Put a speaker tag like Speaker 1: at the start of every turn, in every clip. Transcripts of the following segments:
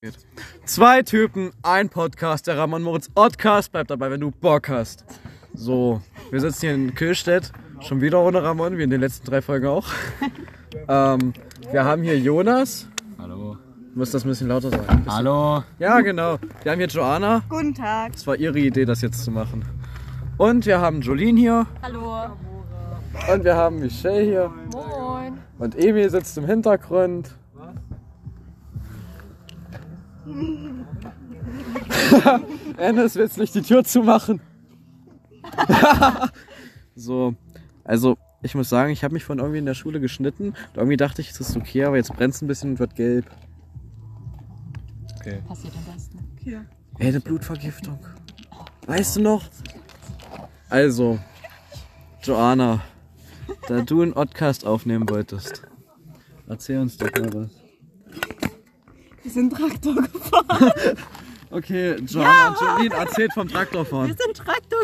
Speaker 1: Geht. Zwei Typen, ein Podcast, der Ramon Moritz Podcast. Bleib dabei, wenn du Bock hast. So, wir sitzen hier in Kirchstedt, schon wieder ohne Ramon, wie in den letzten drei Folgen auch. Ähm, wir haben hier Jonas.
Speaker 2: Hallo.
Speaker 1: Du musst das ein bisschen lauter sagen.
Speaker 2: Hallo.
Speaker 1: Ja, genau. Wir haben hier Joanna.
Speaker 3: Guten Tag.
Speaker 1: Das war ihre Idee, das jetzt zu machen. Und wir haben Jolene hier.
Speaker 3: Hallo.
Speaker 1: Und wir haben Michelle hier.
Speaker 4: Moin.
Speaker 1: Und Emil sitzt im Hintergrund. Ennis will jetzt nicht die Tür zumachen. so, also ich muss sagen, ich habe mich von irgendwie in der Schule geschnitten und irgendwie dachte ich, es ist okay, aber jetzt brennt es ein bisschen und wird gelb.
Speaker 4: Passiert am besten.
Speaker 1: Ey, eine Blutvergiftung. Weißt du noch? Also, Joanna, da du einen Podcast aufnehmen wolltest, erzähl uns doch mal was.
Speaker 3: Wir sind Traktor gefahren.
Speaker 1: Okay, Joanna und Jolene erzählt vom Traktorfahren.
Speaker 3: Wir sind Traktor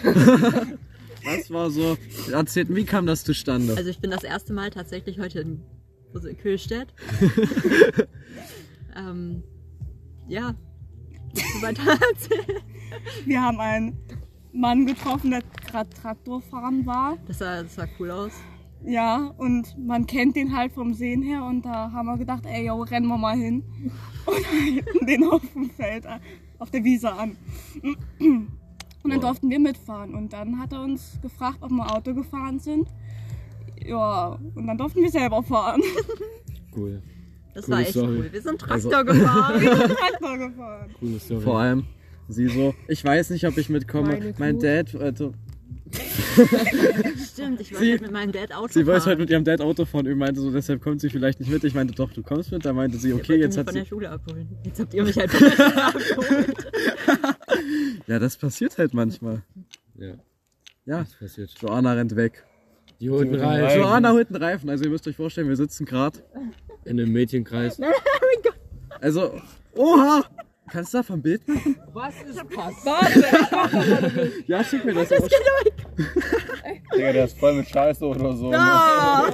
Speaker 3: gefahren.
Speaker 1: Was war so? Erzählt, wie kam das zustande?
Speaker 5: Also ich bin das erste Mal tatsächlich heute in also in Kühlstedt. ähm, ja. So weit erzählen.
Speaker 3: Wir haben einen Mann getroffen, der gerade Traktor fahren war.
Speaker 5: Das sah, das sah cool aus.
Speaker 3: Ja, und man kennt den halt vom Sehen her. Und da haben wir gedacht, ey, yo, rennen wir mal hin. Und halten den auf dem Feld, an- auf der Wiese an. Und dann durften wir mitfahren. Und dann hat er uns gefragt, ob wir Auto gefahren sind. Ja, und dann durften wir selber fahren.
Speaker 2: Cool.
Speaker 5: Das
Speaker 2: Coole
Speaker 5: war echt
Speaker 2: Story.
Speaker 5: cool. Wir sind Traktor
Speaker 1: Also-
Speaker 5: gefahren.
Speaker 3: Traktor gefahren.
Speaker 2: Coole Story.
Speaker 1: Vor allem, sie so, ich weiß nicht, ob ich mitkomme.
Speaker 4: Meine
Speaker 1: mein
Speaker 4: Kuh.
Speaker 1: Dad, also,
Speaker 5: Stimmt, ich
Speaker 1: Sie-
Speaker 5: wollte heute mit meinem Dad Auto
Speaker 1: sie
Speaker 5: fahren.
Speaker 1: wollte halt- heute mit ihrem Dad Auto fahren und meinte so, deshalb kommt sie vielleicht nicht mit. Ich meinte, doch, du kommst mit. Da meinte sie,
Speaker 5: Der
Speaker 1: okay,
Speaker 5: wollte
Speaker 1: jetzt
Speaker 5: mich
Speaker 1: hat
Speaker 5: von
Speaker 1: sie.
Speaker 5: der Schule abholen. Jetzt habt ihr mich halt von der Schule abgeholt.
Speaker 1: Ja, das passiert halt manchmal.
Speaker 2: Ja,
Speaker 1: Ja,
Speaker 2: was passiert?
Speaker 1: Joanna rennt weg.
Speaker 2: Die holen
Speaker 1: Joanna
Speaker 2: rein.
Speaker 1: holt einen Reifen. Also, ihr müsst euch vorstellen, wir sitzen gerade.
Speaker 2: In einem Mädchenkreis.
Speaker 1: Also, oha! Kannst du da vom Bild machen?
Speaker 4: Was ist passiert?
Speaker 1: Ja, schick mir das. auch.
Speaker 6: Digga, der ist voll mit Scheiße oder so.
Speaker 1: ne?
Speaker 4: Ah!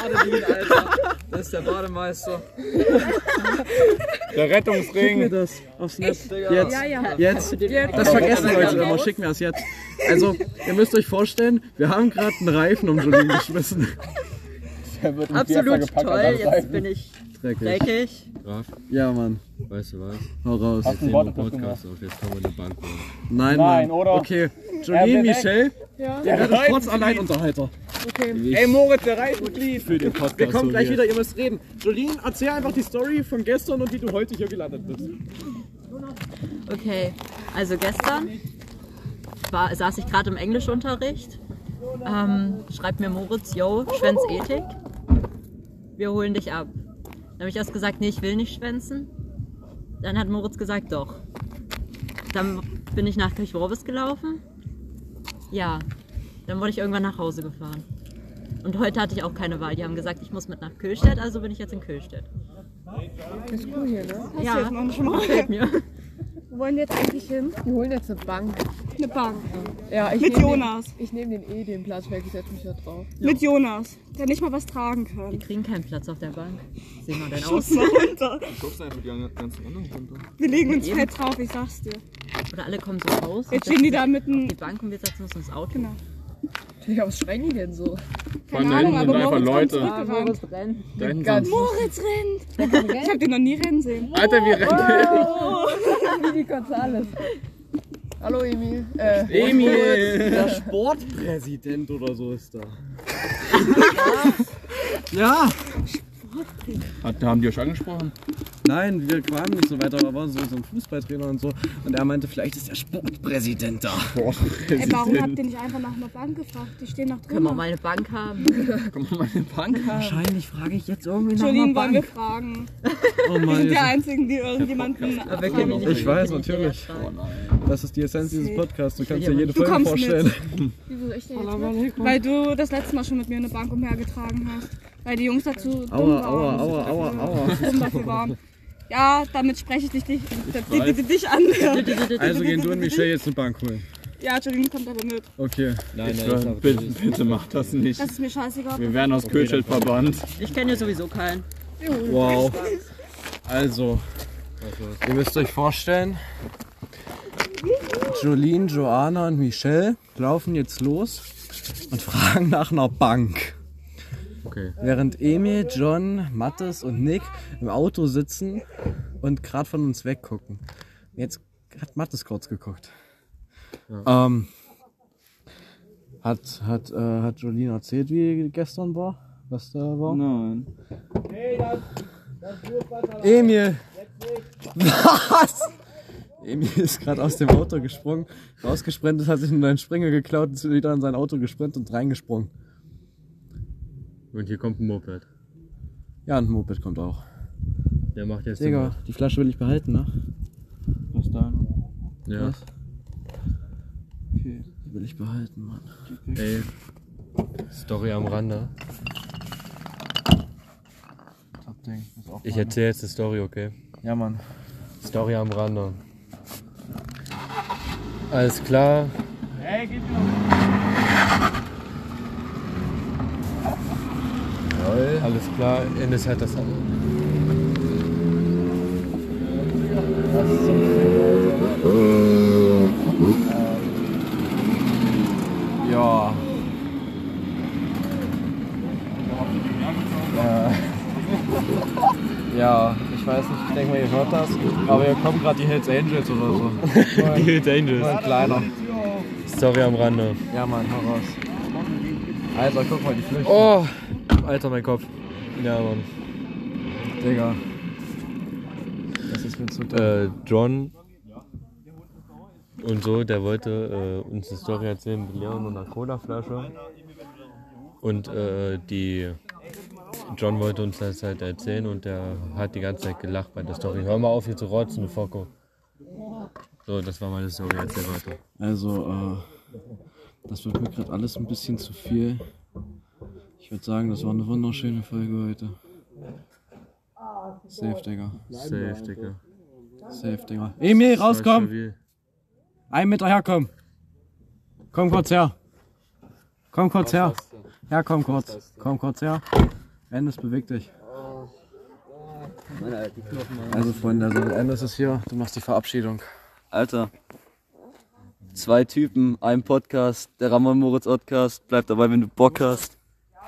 Speaker 4: Adrenalin, Alter. Das ist der Bademeister.
Speaker 6: Der
Speaker 1: Schick mir
Speaker 6: Rettungsring.
Speaker 1: das auf Snap. Jetzt,
Speaker 4: ja.
Speaker 1: jetzt. Das vergessen Leute immer. Schick mir das jetzt. Also, ihr müsst euch vorstellen, wir haben gerade einen Reifen um Jolene geschmissen.
Speaker 6: Der wird mit Fiesta
Speaker 5: Absolut
Speaker 6: gepackt,
Speaker 5: toll.
Speaker 6: Alter.
Speaker 5: Jetzt bin ich
Speaker 1: Dreckig.
Speaker 5: dreckig.
Speaker 2: Graf,
Speaker 1: Ja, Mann.
Speaker 2: weißt du was?
Speaker 1: Hau raus.
Speaker 2: Jetzt
Speaker 6: Hast du einen
Speaker 2: nehmen wir
Speaker 6: Worte
Speaker 2: Podcast auf. Jetzt kommen wir in die Bank. holen.
Speaker 1: Nein,
Speaker 6: Nein,
Speaker 1: Mann.
Speaker 6: oder?
Speaker 1: Okay. Jolene,
Speaker 6: Ja,
Speaker 1: Michelle, ihr werdet
Speaker 6: Reifen
Speaker 1: trotz Alleinunterhalter.
Speaker 6: Ey, Moritz, der Reifenglied.
Speaker 2: Für den Podcast.
Speaker 1: Wir kommen gleich wieder, ihr müsst reden. Jolene, erzähl einfach die Story von gestern und wie du heute hier gelandet bist.
Speaker 5: Okay, also gestern war, saß ich gerade im Englischunterricht. Ähm, schreibt mir Moritz, yo, Schwänz Ethik. Wir holen dich ab. Dann habe ich erst gesagt, nee, ich will nicht schwänzen. Dann hat Moritz gesagt, doch. Dann bin ich nach Kirchworbis gelaufen. Ja, dann wurde ich irgendwann nach Hause gefahren. Und heute hatte ich auch keine Wahl. Die haben gesagt, ich muss mit nach Kühlstedt, also bin ich jetzt in Kühlstedt. Ist cool hier, ne?
Speaker 3: Und schon mal
Speaker 5: Ja, mir.
Speaker 3: Wo wollen wir jetzt eigentlich hin?
Speaker 4: Wir holen jetzt eine Bank.
Speaker 3: Eine Bank.
Speaker 4: Ja, ich
Speaker 3: Mit
Speaker 4: nehm
Speaker 3: Jonas.
Speaker 4: Den, ich nehme den eh den Platz weg, ich setze mich da drauf.
Speaker 3: Mit Jonas, der nicht mal was tragen kann.
Speaker 5: Wir kriegen keinen Platz auf der Bank. Sehen wir denn
Speaker 3: Schuss
Speaker 5: aus?
Speaker 3: mal runter.
Speaker 6: Guckst einfach die ganzen anderen runter.
Speaker 3: Wir legen uns fett drauf, ich sag's dir.
Speaker 5: Oder alle kommen so raus. und
Speaker 3: Jetzt stehen die da
Speaker 5: setzen
Speaker 3: mitten.
Speaker 5: sich auf Die Bank und wir setzen uns ins Auto.
Speaker 3: Genau.
Speaker 4: Digga, was schreien die denn so?
Speaker 6: Fahren
Speaker 3: Keine
Speaker 6: da hinten sind
Speaker 3: Ahnung, aber
Speaker 6: einfach
Speaker 3: Moritz kommt
Speaker 6: Leute.
Speaker 3: zurückgerannt.
Speaker 4: rennen.
Speaker 6: Da hinten
Speaker 4: Ganz
Speaker 6: sind-
Speaker 3: Moritz rennt! Ich hab den noch nie rennen sehen.
Speaker 6: Alter, wir rennen.
Speaker 4: wie die Gonzales. Hallo Emil. Äh,
Speaker 6: Emil.
Speaker 1: Der Sportpräsident oder so ist da. ja!
Speaker 6: Hat, haben die euch angesprochen?
Speaker 1: Nein, wir kamen nicht so weit, aber war so, so ein Fußballtrainer und so. Und er meinte, vielleicht ist der Sportpräsident da.
Speaker 3: Ey, warum habt ihr nicht einfach nach einer Bank gefragt? Die stehen noch
Speaker 5: Können wir
Speaker 3: drüber.
Speaker 5: mal eine Bank haben?
Speaker 6: Komm mal in die Bank.
Speaker 1: Wahrscheinlich frage ich jetzt irgendwie nach einer
Speaker 3: Entschuldigung, wollen wir
Speaker 1: Bank.
Speaker 3: fragen.
Speaker 1: Oh
Speaker 3: Wir sind
Speaker 1: mein
Speaker 3: die Einzigen, die irgendjemanden fragen.
Speaker 1: Ich weiß, natürlich. Das ist die Essenz dieses Podcasts. Du kannst dir jede Folge
Speaker 3: kommst
Speaker 1: vorstellen.
Speaker 4: wieso ich denn jetzt mit?
Speaker 3: Weil du das letzte Mal schon mit mir eine Bank umhergetragen hast. Weil die Jungs dazu dumm
Speaker 1: Aua, aua,
Speaker 3: waren.
Speaker 1: aua, aua, aua.
Speaker 3: Dumm dafür waren. Ja, damit spreche ich dich, dich, dich, dich an.
Speaker 1: Also gehen du und Michelle jetzt eine Bank holen.
Speaker 3: Ja, Jolene kommt aber mit.
Speaker 1: Okay.
Speaker 2: Nein, nein, ich
Speaker 6: Bitte,
Speaker 2: glaube,
Speaker 6: bitte, bitte macht das nicht.
Speaker 3: Das ist mir scheißegal.
Speaker 6: Wir werden aus Kühlschild verbannt.
Speaker 5: Ich kenne ja sowieso keinen.
Speaker 1: Wow. Also, ihr müsst euch vorstellen, Jolene, Joanna und Michelle laufen jetzt los und fragen nach einer Bank.
Speaker 2: Okay.
Speaker 1: Während Emil, John, Mattes und Nick im Auto sitzen und gerade von uns weggucken. Jetzt hat Mattes kurz geguckt. Ähm, hat, hat, äh, hat Jolene erzählt, wie gestern war? Was da war?
Speaker 6: Nein.
Speaker 1: Emil! Was? Emil ist gerade aus dem Auto gesprungen, rausgesprintet, hat sich einen neuen Springer geklaut, ist wieder in sein Auto gesprintet und reingesprungen.
Speaker 2: Und hier kommt ein Moped.
Speaker 1: Ja, und ein Moped kommt auch.
Speaker 2: Der macht jetzt den
Speaker 1: Digga, die Flasche will ich behalten, ne?
Speaker 6: Was dann?
Speaker 2: Moped. Ja.
Speaker 1: Was? Die will ich behalten, Mann.
Speaker 2: Ey. Story am Rande.
Speaker 6: Top Ding. Ist auch
Speaker 2: Ich erzähle jetzt eine Story, okay?
Speaker 6: ja, Mann.
Speaker 2: Story am Rande. Alles klar.
Speaker 6: Ey, gib mir
Speaker 2: Alles klar. Ines hat das.
Speaker 1: Ja. Äh, ja, ich weiß nicht, ich denke mal, ihr hört das. Aber hier kommen gerade die Hells Angels oder so.
Speaker 2: Die Hills Angels.
Speaker 1: Ein kleiner.
Speaker 2: Story am Rande.
Speaker 1: Ja, Mann, hau raus. Alter, guck mal, die flüchten.
Speaker 2: Oh! Alter, mein Kopf. Ja, Mann.
Speaker 1: Digga. Das ist mir zu dumm.
Speaker 2: äh, John und so, der wollte äh, uns eine Story erzählen mit Leon und einer Cola-Flasche. Und äh, die John wollte uns das halt erzählen und der hat die ganze Zeit gelacht bei der Story. Hör mal auf hier zu rotzen, du Focko. So, das war meine Story, erzähl weiter.
Speaker 1: Also, äh, das wird mir gerade alles ein bisschen zu viel. Ich würde sagen, das war eine wunderschöne Folge heute. Safe, Digga.
Speaker 2: Safe, Digga.
Speaker 1: Safe, Digga. Emil, rauskommen!
Speaker 2: Stabil.
Speaker 1: Ein Meter herkommen. Komm kurz her. Komm kurz her. Ja, komm kurz. Komm kurz her. Endes, beweg dich. Also Freunde, also Endes ist hier. Du machst die Verabschiedung.
Speaker 7: Alter. Zwei Typen, ein Podcast, der Ramon Moritz Podcast. Bleib dabei, wenn du Bock hast.